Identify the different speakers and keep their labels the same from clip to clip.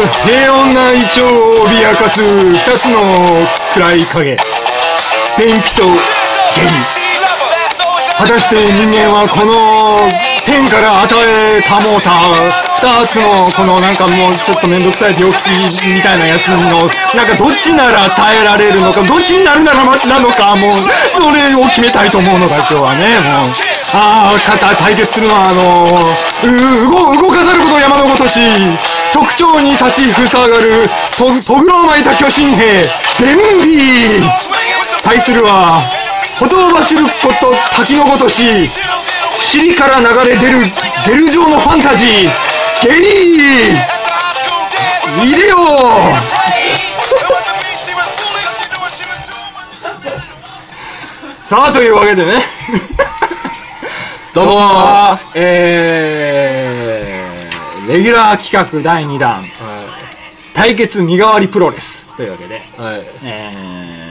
Speaker 1: んな胃腸を脅かす二つの暗い影便秘と下痢果たして人間はこの天から与えたもうた二つのこのなんかもうちょっと面倒くさい病気みたいなやつのなんかどっちなら耐えられるのかどっちになるならマなのかもうそれを決めたいと思うのが今日はねもうああ肩対決するのはあのうう動動かざること山のごとし直腸に立ちふさがるととぐろを巻いた巨神兵便秘対するはほとを走ること滝のごとし尻から流れ出るゲル状のファンタジーゲリー入れようさあというわけ でね
Speaker 2: どうも
Speaker 1: あーえー、レギュラー企画第2弾対決身代わりプロレスというわけで
Speaker 2: はい。はい。
Speaker 1: えー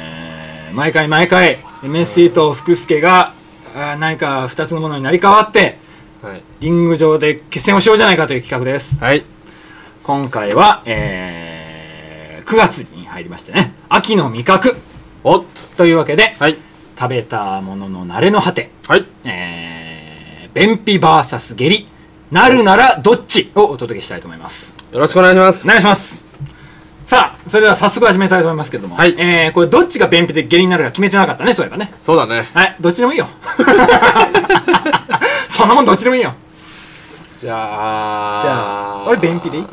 Speaker 1: 毎回毎回 MSC と福助があー何か2つのものになり変わって
Speaker 2: はい。
Speaker 1: リング上で決戦をしようじゃないかという企画です
Speaker 2: はい。
Speaker 1: 今回は、えー9月に入りましてね秋の味覚
Speaker 2: おっと。
Speaker 1: というわけで、
Speaker 2: はい。
Speaker 1: 食べたものの慣れの果て、
Speaker 2: はい。
Speaker 1: えー、便秘 VS 下痢なるならどっちをお届けしたいと思います
Speaker 2: よろしくお願いしま
Speaker 1: お
Speaker 2: す。
Speaker 1: 願いしますさあそれでは早速始めたいと思いますけども、
Speaker 2: はい
Speaker 1: えー、これどっちが便秘で下痢になるか決めてなかったねそういえばね
Speaker 2: そうだね。
Speaker 1: はいどっちでもいい よそんなもんどっちでもいいよ
Speaker 2: じゃあ。
Speaker 1: じゃあ俺便秘でいい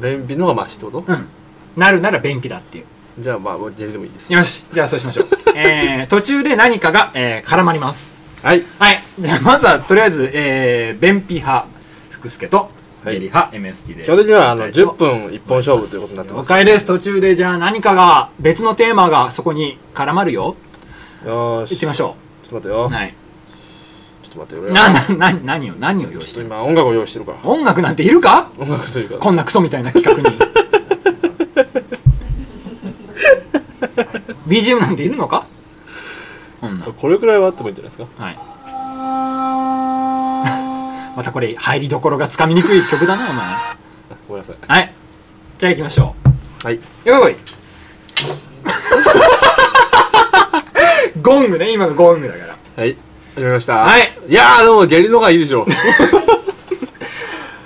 Speaker 2: 便秘の方がマシってこと
Speaker 1: うんなるなら便秘だっていう
Speaker 2: じゃあまあ、やりでもいいです。
Speaker 1: よしじゃあそうしまし ょうえー、途中で何かが、えー、絡まります
Speaker 2: はい。
Speaker 1: はいじゃあまずはとりあえず、えー、便秘派福助と下痢派、MST で
Speaker 2: 基本的には、あの、10分一本勝負ということになって
Speaker 1: 了
Speaker 2: ます。
Speaker 1: 解です途中でじゃあ何かが別のテーマがそこに絡まるよ
Speaker 2: よーし。
Speaker 1: 行きまし
Speaker 2: ょ
Speaker 1: ょ
Speaker 2: う。ちょっと待てよ
Speaker 1: う。はい
Speaker 2: ちょっと待ってよ。俺
Speaker 1: な
Speaker 2: は
Speaker 1: なな何を何を用意
Speaker 2: ちょ
Speaker 1: し
Speaker 2: ってと
Speaker 1: る
Speaker 2: 今、音楽を用意してるから。
Speaker 1: 音楽なんているか
Speaker 2: 音楽というか。
Speaker 1: こんなクソみたいな企画 に BGM なんているのかこんな
Speaker 2: これくらいはあってもいいんじゃないですか。
Speaker 1: はい またこれ入りどころがつかみにくい曲だなお前
Speaker 2: あごめんなさい。
Speaker 1: はいじゃあ行きましょ
Speaker 2: はい。
Speaker 1: うよーい ゴングね今のゴングだから
Speaker 2: はい。始めました。
Speaker 1: はい。
Speaker 2: いやー、でも、下痢の方がいいでし ょう。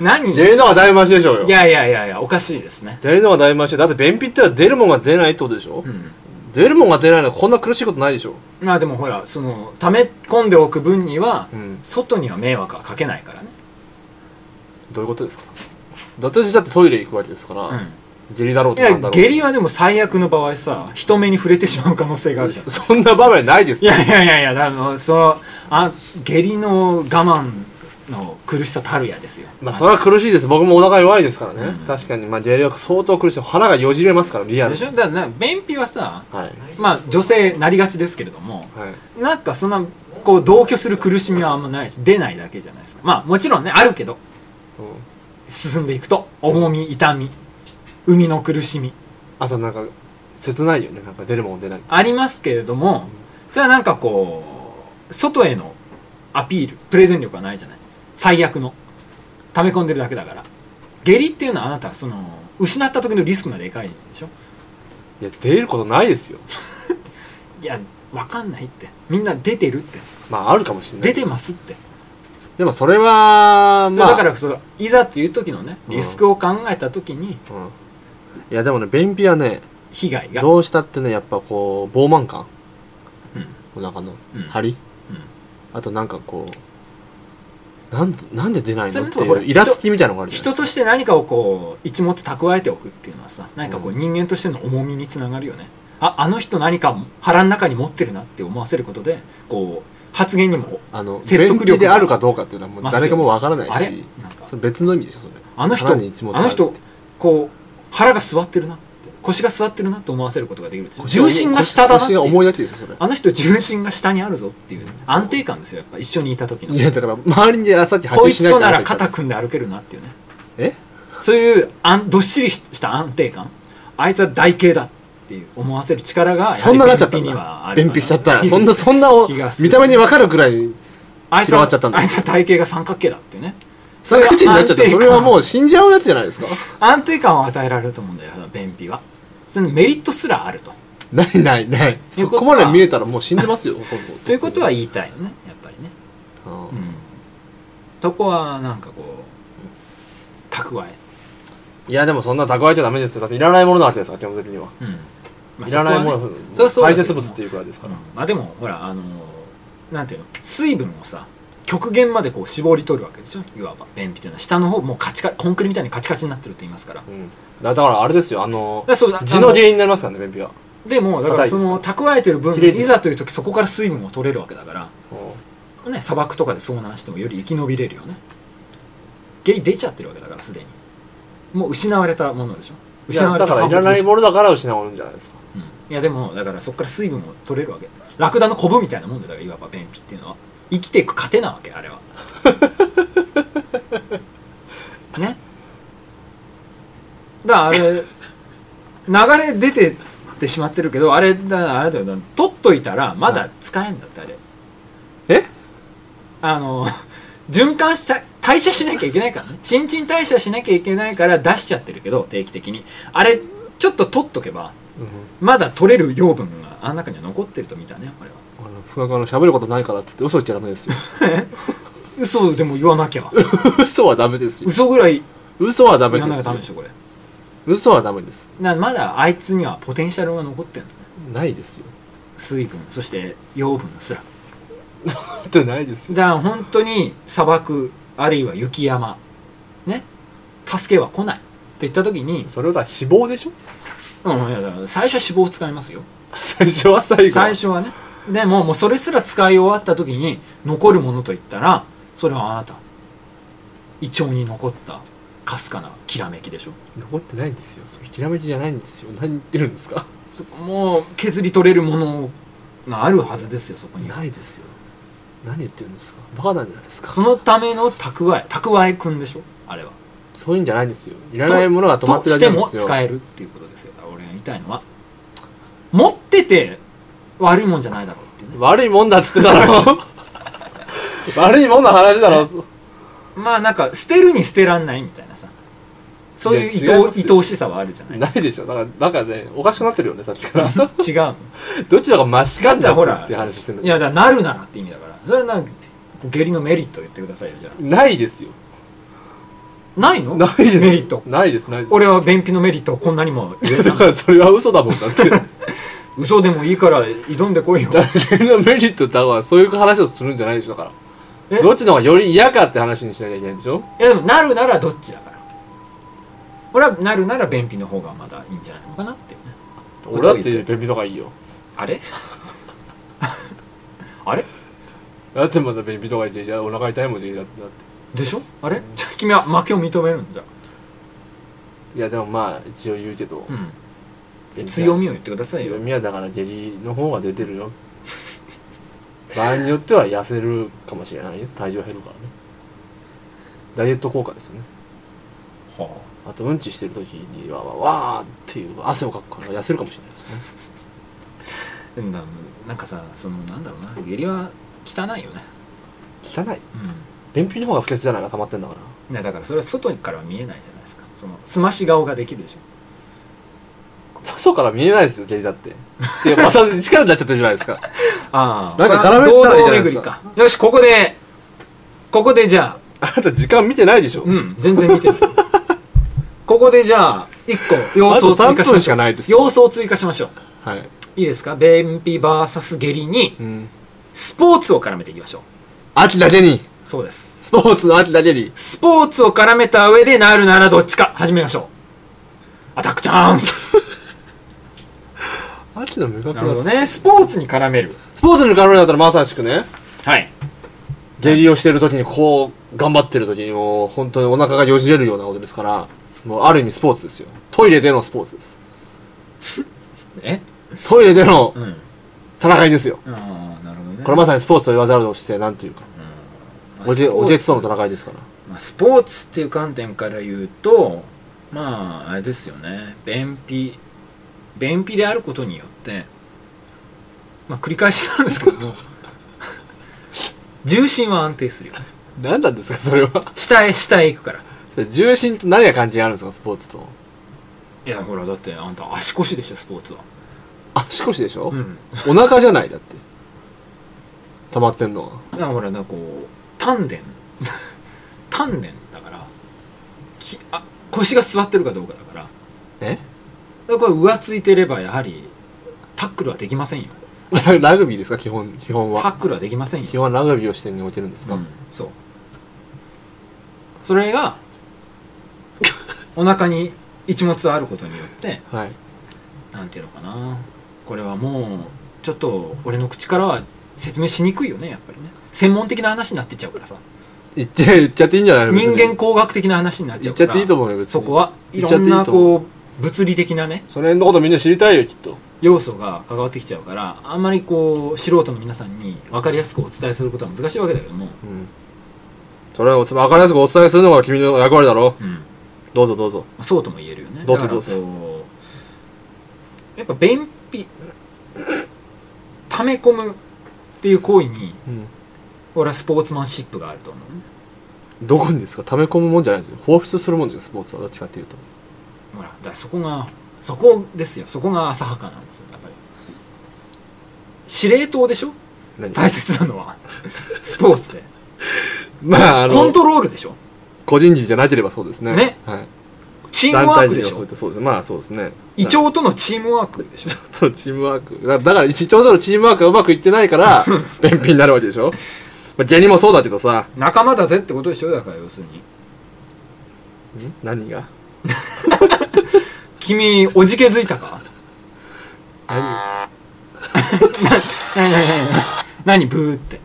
Speaker 1: 何
Speaker 2: 下痢の方がだいぶマシでしょうよ。
Speaker 1: いやいやいやいやおかしいですね
Speaker 2: 出るのが大魔してだって便秘ってのは出るもんが出ないってことでしょ、
Speaker 1: うん
Speaker 2: 出るもんが出ないのはこんな苦しいことないでしょ
Speaker 1: まあでもほらその溜め込んでおく分には、
Speaker 2: うん
Speaker 1: 外には迷惑はかけないからね
Speaker 2: どういうことですかだって私だってトイレ行くわけですから、
Speaker 1: う
Speaker 2: 下痢だろうと
Speaker 1: んいや
Speaker 2: なんだろうと
Speaker 1: 下痢はでも最悪の場合さ人目に触れてしまう可能性があるじゃんい
Speaker 2: そんな場面ないですよ
Speaker 1: やいやいやいやだのそのあ下痢の我慢の苦しさたるやですよ
Speaker 2: まあそれは苦しいです僕もお腹弱いですからね、
Speaker 1: うん
Speaker 2: 確かにまあ下痢は相当苦しい腹がよじれますからリアル
Speaker 1: でしょだからな便秘はさ
Speaker 2: はい
Speaker 1: まあ女性なりがちですけれども
Speaker 2: はい
Speaker 1: なんかそんなこう同居する苦しみはあんまないし出ないだけじゃないですかまあもちろんねあるけど
Speaker 2: うん
Speaker 1: 進んでいくと重み痛み生みの苦しみ
Speaker 2: あとなんか切ないよねなんか出るもん出ない
Speaker 1: ありますけれどもそれはなんかこう外へのアピールプレゼン力はないじゃない最悪の溜め込んでるだけだから下痢っていうのはあなたその失った時のリスクがでかいでしょ
Speaker 2: いや出ることないですよ
Speaker 1: いやわかんないってみんな出てるって
Speaker 2: まああるかもしれない
Speaker 1: 出てますって、
Speaker 2: でもそれは
Speaker 1: それ
Speaker 2: まあ
Speaker 1: だからそのいざという時のねリスクを考えた時に
Speaker 2: うん、いやでもね便秘はね
Speaker 1: 被害が
Speaker 2: どうしたってねやっぱこう膨慢感、お腹の
Speaker 1: うん
Speaker 2: 張り、あとなんかこうなんでなんで出ない
Speaker 1: そ
Speaker 2: の
Speaker 1: れ
Speaker 2: っていうイラつきみたいなのがあるじゃない
Speaker 1: 人として何かをこう一物蓄えておくっていうのはさ何かこう
Speaker 2: うん
Speaker 1: 人間としての重みにつながるよね、ああの人何か腹の中に持ってるなって思わせることでこう発言にも
Speaker 2: あの
Speaker 1: 説
Speaker 2: 説
Speaker 1: 得
Speaker 2: 得
Speaker 1: 力が
Speaker 2: 力であるかどうかっていうのはもう誰かもわからない
Speaker 1: あれ
Speaker 2: し
Speaker 1: なんか
Speaker 2: それ別の意味でしょそれ
Speaker 1: あの人あ
Speaker 2: 腹に一物ある
Speaker 1: の人こう腹が座ってるなって腰が座ってるなって思わせることができるでしょ
Speaker 2: 腰
Speaker 1: 重心が下だなって
Speaker 2: 腰
Speaker 1: い
Speaker 2: が
Speaker 1: う
Speaker 2: 重いだけでしょそれ
Speaker 1: あの人重心が下にあるぞっていうね、安定感ですよやっぱ一緒にいた時の
Speaker 2: いやだから周りにあさっき
Speaker 1: こいつとなら
Speaker 2: って言った
Speaker 1: 肩組んで歩けるなっていうね
Speaker 2: え
Speaker 1: そういうあんどっしりした安定感あいつは台形だっていう思わせる力が
Speaker 2: そんななっちゃった
Speaker 1: やは
Speaker 2: ん
Speaker 1: り便秘には
Speaker 2: だ便秘しちゃった らそん
Speaker 1: な
Speaker 2: なそんなお
Speaker 1: 気がする
Speaker 2: 見た目にわかるくらい
Speaker 1: あいつ
Speaker 2: 広が
Speaker 1: は
Speaker 2: っちゃったんだ
Speaker 1: あいつは体型が三角形だっていうね
Speaker 2: それ口になっちゃったらそれはもう死んじゃうやつじゃないですか
Speaker 1: 安定感を与えられると思うんだよ便秘はそのメリットすらあると
Speaker 2: ないないない
Speaker 1: というこ
Speaker 2: そ
Speaker 1: とは
Speaker 2: こまで見えたらもう死んで ますよほぼ
Speaker 1: ということは言いたいよねやっぱりね
Speaker 2: うん
Speaker 1: うんそこはなんかこう蓄え
Speaker 2: いやでもそんな蓄えちゃダメですよだっていらないものの話ですから基本的には
Speaker 1: うんまあ
Speaker 2: いらないもの
Speaker 1: そこはねそりゃ
Speaker 2: の
Speaker 1: そうだ
Speaker 2: 排
Speaker 1: けど
Speaker 2: 泄物っていうくらいですから
Speaker 1: まあでもほらあのなんていうの水分をさ極限までこう絞り取るわけでしょいわば便秘というのは下の方もうカチカコンクリみたいにカチカチになってるって言いますからだか
Speaker 2: うんだだからあれですよあの
Speaker 1: らそうだ
Speaker 2: 地の原因になりますからね便秘は
Speaker 1: でもだからその蓄えてる分
Speaker 2: 切れ字
Speaker 1: いざという時そこから水分を取れるわけだか
Speaker 2: うん
Speaker 1: ら、ね、砂漠とかで遭難してもより生き延びれるよね下痢出ちゃってるわけだからすでにもう失われたものでしょ
Speaker 2: い
Speaker 1: 失われ
Speaker 2: やだ
Speaker 1: た
Speaker 2: からいらない
Speaker 1: もの、
Speaker 2: ものだから失うんじゃないですか
Speaker 1: うんいやでもだからそこから水分を取れるわけラクダのコブみたいなもんでだからいわば便秘っていうのは生きていく糧なわけあれは ねだからあれ流れ出てってしまってるけどあれだあれだよな取っといたらまだ使えんだってあれ
Speaker 2: え
Speaker 1: あの循環した代謝しなきゃいけないからね新陳代謝しなきゃいけないから出しちゃってるけど定期的にあれちょっと取っとけばまだ取れる養分があの中には残ってると見たね俺は
Speaker 2: あの福岡の喋ることないからっつって嘘言っちゃダメですよ
Speaker 1: 嘘でも言わな きゃ
Speaker 2: 嘘はダメですよ
Speaker 1: 嘘ぐらい
Speaker 2: 嘘はダメ
Speaker 1: 言
Speaker 2: で
Speaker 1: わなきゃダメですし
Speaker 2: よ
Speaker 1: ょこれ
Speaker 2: 嘘はダメです
Speaker 1: なまだあいつにはポテンシャルが残ってるのね
Speaker 2: ないですよ
Speaker 1: 水分そして養分すら
Speaker 2: ってないですよ
Speaker 1: だから本当に砂漠あるいは雪山ね助けは来ないって言った時に、
Speaker 2: それは死亡でしょ
Speaker 1: うん、いやだから最初は脂肪を使いますよ
Speaker 2: 最初は最後
Speaker 1: 最初はねでももうそれすら使い終わった時に残るものといったらそれはあなた胃腸に残ったかすかなきらめきでしょ
Speaker 2: 残ってないんですよそれひらめきじゃないんですよ何言ってるんですか
Speaker 1: そもう削り取れるものがあるはずですよそこには
Speaker 2: ないですよ何言ってるんですかバカなんじゃないですか
Speaker 1: そのための蓄え蓄えくんでしょあれは
Speaker 2: そういうんじゃないんですよいらないものが止まって
Speaker 1: と
Speaker 2: る
Speaker 1: し
Speaker 2: だけ
Speaker 1: て
Speaker 2: なんで
Speaker 1: も
Speaker 2: すよ
Speaker 1: 使えるっていうことですよ俺が言いたいのは持ってて悪いもんじゃないだろうっていうね
Speaker 2: 悪いもんだっつってた ろ悪いもんの話だろ
Speaker 1: まあなんか捨てるに捨てらんないみたいなさそういう
Speaker 2: いや
Speaker 1: 愛
Speaker 2: 違い
Speaker 1: お
Speaker 2: ますよ
Speaker 1: 愛おしさはあるじゃない
Speaker 2: ないでしょだからなんかねおかしくなってるよねさっき から
Speaker 1: 違うの
Speaker 2: どっちだかマシかん
Speaker 1: だ
Speaker 2: だ
Speaker 1: ってほら
Speaker 2: っていう話してるん
Speaker 1: い
Speaker 2: だ
Speaker 1: やだからなるならって意味だからそれはなんか下痢のメリットを言ってくださいよじゃ
Speaker 2: けどないですよ
Speaker 1: あないの
Speaker 2: ないです
Speaker 1: メリット
Speaker 2: ないですないです
Speaker 1: 俺は便秘のメリットをこんなにも言えた
Speaker 2: だからそれは嘘だもんだって
Speaker 1: 嘘でもいいから挑んでこいよ
Speaker 2: 誰のメリットだからそういう話をするんじゃないでしょだか
Speaker 1: え
Speaker 2: らどっちの方がより嫌かって話にしなきゃいけないんでしょ
Speaker 1: いやでもなるならどっちだから俺はなるなら便秘の方がまだいいんじゃないのかなっていうね
Speaker 2: 俺だって便秘とかいいよ
Speaker 1: あ れあれ
Speaker 2: だってまだ便秘とかいていやお腹痛いもんでいいだってだって
Speaker 1: でしょあれじゃあ君は負けを認めるんだ
Speaker 2: いやでもまあ一応言うけど、
Speaker 1: うん強みを言ってください
Speaker 2: 強
Speaker 1: よ
Speaker 2: みはだから下痢の方が出てるよ 場合によっては痩せるかもしれないよ体重減るからねダイエット効果ですよね
Speaker 1: は
Speaker 2: あとうんちしてる時にはわーっていう汗をかくから痩せるかもしれないですね
Speaker 1: あでもななんかさそのなんだろうな下痢は汚いよね
Speaker 2: 汚い
Speaker 1: うん
Speaker 2: 便秘の方が不潔じゃないか溜まってんだから
Speaker 1: ね、だからそれは外からは見えないじゃないですかそのすまし顔ができるでしょ
Speaker 2: 外から見えないですよ下痢だってでまた力になっちゃってるじゃないですか
Speaker 1: あ
Speaker 2: なんか絡め
Speaker 1: 堂
Speaker 2: たら
Speaker 1: 々
Speaker 2: いいじゃない
Speaker 1: 巡
Speaker 2: です
Speaker 1: り
Speaker 2: か
Speaker 1: かよしここでここでじゃあ
Speaker 2: あなた時間見てないでしょ、
Speaker 1: うん全然見て ないここでじゃあ一個要素を追加
Speaker 2: あと3
Speaker 1: しま
Speaker 2: 分
Speaker 1: し
Speaker 2: し
Speaker 1: ょ
Speaker 2: か
Speaker 1: う
Speaker 2: ないですよ
Speaker 1: 要素を追加しましょう
Speaker 2: はい、
Speaker 1: いいですか便秘 VS 下痢に
Speaker 2: うん、
Speaker 1: スポーツを絡めていきましょう
Speaker 2: 秋だけに
Speaker 1: そうです
Speaker 2: スポーツの秋だけに
Speaker 1: スポーツを絡めた上でなるならどっちか始めましょうアタックチャン ス
Speaker 2: 秋の味覚
Speaker 1: なるほどねスポーツに絡める
Speaker 2: スポーツに絡めるんだったらまさしくね
Speaker 1: はい
Speaker 2: 下痢をしてる時にこう頑張ってる時にもう本当にお腹がよじれるようなことですからもうある意味スポーツですよトイレでのスポーツです
Speaker 1: え
Speaker 2: トイレでの
Speaker 1: うん
Speaker 2: 戦いですよ
Speaker 1: ああなるほどね
Speaker 2: これまさにスポーツと言わざるをしてなんというか
Speaker 1: まあ
Speaker 2: おじ
Speaker 1: スポー
Speaker 2: お
Speaker 1: ツ
Speaker 2: じえつとの戦いですから
Speaker 1: まあ、スポーツっていう観点から言うとまああれですよね便秘便秘であることによって まあ繰り返しなんですけども重心は安定するよね
Speaker 2: 何なんですかそれは
Speaker 1: 下へ下へ行くから
Speaker 2: それ重心と何が関係あるんですかスポーツと
Speaker 1: いやほらだってあんた足腰でしょスポーツは
Speaker 2: あ足腰でしょ、
Speaker 1: うん
Speaker 2: お腹じゃないだって溜まってんのは
Speaker 1: だからほらなんかこう丹田丹田だからきあ腰が座ってるかどうかだから
Speaker 2: え
Speaker 1: だから上ついてればやはりタックルはできませんよ
Speaker 2: ラグビーですか基本基本
Speaker 1: タッ
Speaker 2: は
Speaker 1: クルはできませんよ
Speaker 2: 基本はラグビーを視点に置いてるんですか、
Speaker 1: うんそうそれがお腹に一物あることによって
Speaker 2: はい
Speaker 1: なんていうのかなこれはもうちょっと俺の口からは説明しにくいよねやっぱりね専門的な話になってっちゃうからさ
Speaker 2: 言っちゃ言っちゃっていいんじゃないの別
Speaker 1: 人
Speaker 2: に
Speaker 1: 間工学的な話になっちゃ
Speaker 2: 言
Speaker 1: う
Speaker 2: っち
Speaker 1: か
Speaker 2: ゃ
Speaker 1: ら
Speaker 2: っていいと思うよ別に
Speaker 1: そこはい
Speaker 2: 言っちゃ
Speaker 1: ろ
Speaker 2: って
Speaker 1: ん
Speaker 2: いいと思
Speaker 1: な
Speaker 2: う
Speaker 1: こう物理的なね
Speaker 2: それのことみんな知りたいよきっと
Speaker 1: 要素が関わってきちゃうからあんまりこう素人の皆さんに分かりやすくお伝えすることは難しいわけだけども、
Speaker 2: うんそれは分かりやすくお伝えするのが君の役割だろ
Speaker 1: うん
Speaker 2: どうぞどうぞ
Speaker 1: そうとも言えるよね
Speaker 2: どう
Speaker 1: だ
Speaker 2: ぞ
Speaker 1: から
Speaker 2: ど
Speaker 1: こ
Speaker 2: うぞ
Speaker 1: うやっぱ便秘溜め込むっていう行為に
Speaker 2: うん
Speaker 1: 俺はスポーツマンシップがあると思うね
Speaker 2: どこにですか溜め込むもんじゃないんですよ放出するもんですよスポーツはどっちかっていうと
Speaker 1: ほらだからそこがそこですよそこが浅はかなんですよやっぱり司令塔でしょ
Speaker 2: 何
Speaker 1: 大切なのはスポーツで
Speaker 2: まああ
Speaker 1: コン
Speaker 2: の
Speaker 1: トロールでしょ
Speaker 2: 個人技じゃなければそうですね
Speaker 1: ね
Speaker 2: はい
Speaker 1: チームワークでし
Speaker 2: 団
Speaker 1: ょ
Speaker 2: 体技がそうやってそうですまあそうですね
Speaker 1: 胃腸とのチームワークでしょ
Speaker 2: そのチームワークだだから一長とのチームワークがうまくいってないから 便秘になるわけでしょ、まあ、芸人もそうだけどさ
Speaker 1: 仲間だぜってことでしょだから要するに
Speaker 2: 何が
Speaker 1: 君おじけづいたか
Speaker 2: 何
Speaker 1: 何何何何 何ブーって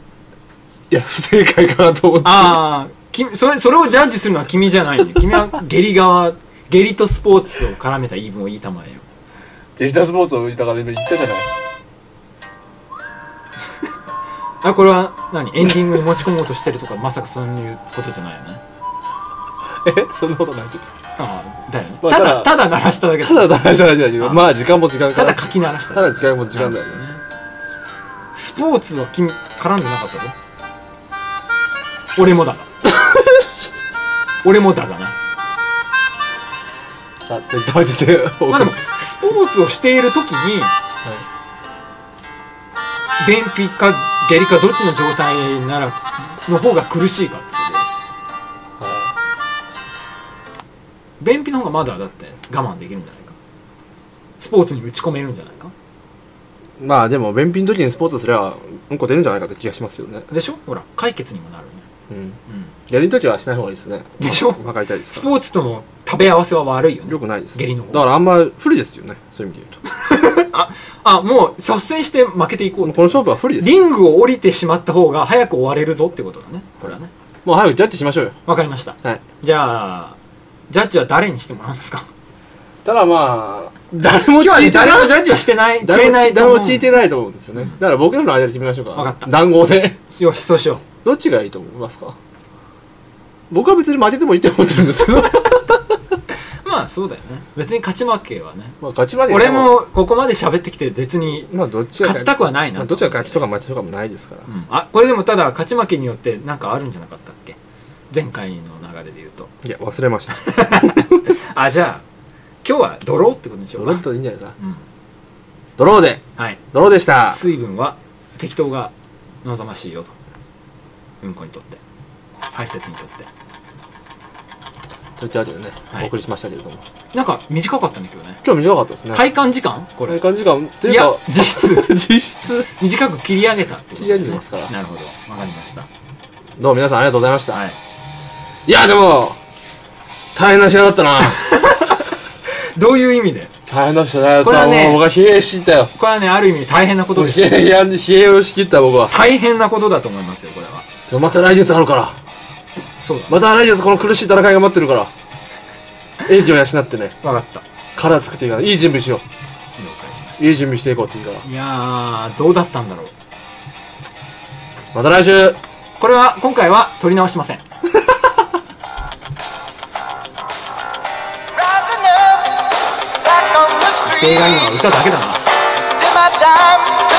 Speaker 2: いや不正解かなと思って
Speaker 1: ああ君それそれをジャッジするのは君じゃないよ君は下痢 側下痢とスポーツを絡めた言い分を言いたまえよ
Speaker 2: デジタルスポーツをだから今言ったじゃない
Speaker 1: あこれは何エンディングに持ち込もうとしてるとかまさかそういうことじゃないよね
Speaker 2: えそんなことないです
Speaker 1: ああだよね、
Speaker 2: まあ
Speaker 1: ただ
Speaker 2: ただ
Speaker 1: ただ鳴らしただけだ
Speaker 2: ただだらじゃないじゃないけど
Speaker 1: あ
Speaker 2: まあ時間も時間
Speaker 1: た
Speaker 2: か
Speaker 1: だ
Speaker 2: な
Speaker 1: 書き鳴らした
Speaker 2: ただ
Speaker 1: だけ
Speaker 2: 時間も時間だよね
Speaker 1: スポーツは君絡んでなかったぞ俺もだが 俺もだがな
Speaker 2: さあといったわけで
Speaker 1: まあでもスポーツをしている時に便秘か下痢かどっちの状態ならの方が苦しいかって
Speaker 2: は
Speaker 1: 便秘の方がまだだって我慢できるんじゃないかスポーツに打ち込めるんじゃないか
Speaker 2: いまあでも便秘の時にスポーツすればうんこ出るんじゃないかって気がしますよね
Speaker 1: でしょほら解決にもなるね、
Speaker 2: うん
Speaker 1: うん、
Speaker 2: やりの時はしない方がいいですね
Speaker 1: でしょ
Speaker 2: わかりたいです
Speaker 1: スポーツとの食べ合わせは悪いよね
Speaker 2: よくないです
Speaker 1: 下痢の方
Speaker 2: だからあんま不利ですよねそういう意味で言うと
Speaker 1: あもう率先して負けていこう
Speaker 2: も
Speaker 1: っ
Speaker 2: う
Speaker 1: て
Speaker 2: この勝負は不利です
Speaker 1: リングを降りてしまった方が早く終われるぞってことだねこれはね
Speaker 2: もう早くジャッジしましょうよ
Speaker 1: わかりました
Speaker 2: はい
Speaker 1: じゃあジャッジは誰にしてもらうんですか
Speaker 2: ただまあ誰
Speaker 1: 今
Speaker 2: も
Speaker 1: 日は
Speaker 2: 聞
Speaker 1: ね
Speaker 2: いてない
Speaker 1: 誰もジャッジはしてないくれないと
Speaker 2: 誰
Speaker 1: 思う
Speaker 2: も聞いてないと思うんですよねだから僕らの間で決めましょうか
Speaker 1: わかった
Speaker 2: 談合で
Speaker 1: よしそうしよう
Speaker 2: どっちがいいと思いますか僕は別に負けてもいいと思ってるんで すけどま
Speaker 1: まあそうだよね別に勝ち負けはね
Speaker 2: あ勝ち負けで
Speaker 1: 俺もここまで喋ってきて別に、
Speaker 2: まあどっちが
Speaker 1: 勝ちたくはないな
Speaker 2: まあどっちが勝ちとか負けとかもないですから
Speaker 1: うんあこれでもただ勝ち負けによってなんかあるんじゃなかったっけ前回の流れで言うと
Speaker 2: いや忘れました
Speaker 1: あじゃあ今日はドローってことにしよう
Speaker 2: ドロ
Speaker 1: か
Speaker 2: ッとでいいんじゃないですか
Speaker 1: うん
Speaker 2: ドローで
Speaker 1: はい
Speaker 2: ドローでした
Speaker 1: 水分は適当が望ましいよとうんこにとって排泄にとって
Speaker 2: といったわけでね、
Speaker 1: はい
Speaker 2: お送りしましたけれども
Speaker 1: なんか短かったね今日ね
Speaker 2: 今日短かったですね
Speaker 1: 体感時間これ
Speaker 2: 体感時間と
Speaker 1: い
Speaker 2: いう
Speaker 1: や
Speaker 2: か
Speaker 1: 実質
Speaker 2: 実質
Speaker 1: 短く切り上げたってことだよね
Speaker 2: 切り上げてますから
Speaker 1: なるほどわかりました
Speaker 2: どうも皆さんありがとうございました、
Speaker 1: はい
Speaker 2: い、やでも大変な試合だったな
Speaker 1: どういう意味で
Speaker 2: 大変な試合だった
Speaker 1: これはね
Speaker 2: もう僕は疲弊していたよ
Speaker 1: これはねある意味大変なこと
Speaker 2: もう
Speaker 1: です
Speaker 2: 疲弊や疲弊をしきった僕は
Speaker 1: 大変なことだと思いますよこれは
Speaker 2: でもまた来月あるから
Speaker 1: そうだ
Speaker 2: また来月この苦しい戦いが待ってる から英気を養ってね
Speaker 1: 分かった
Speaker 2: 体作っていかないいい準備しよ
Speaker 1: 了解しまし
Speaker 2: ういい準備していこう次から
Speaker 1: たいやーどうだったんだろう
Speaker 2: また来週
Speaker 1: これは今回は取り直しません
Speaker 3: Rising up, back on the
Speaker 1: 正解
Speaker 3: street.
Speaker 1: なのは歌だけだな
Speaker 3: Did my time,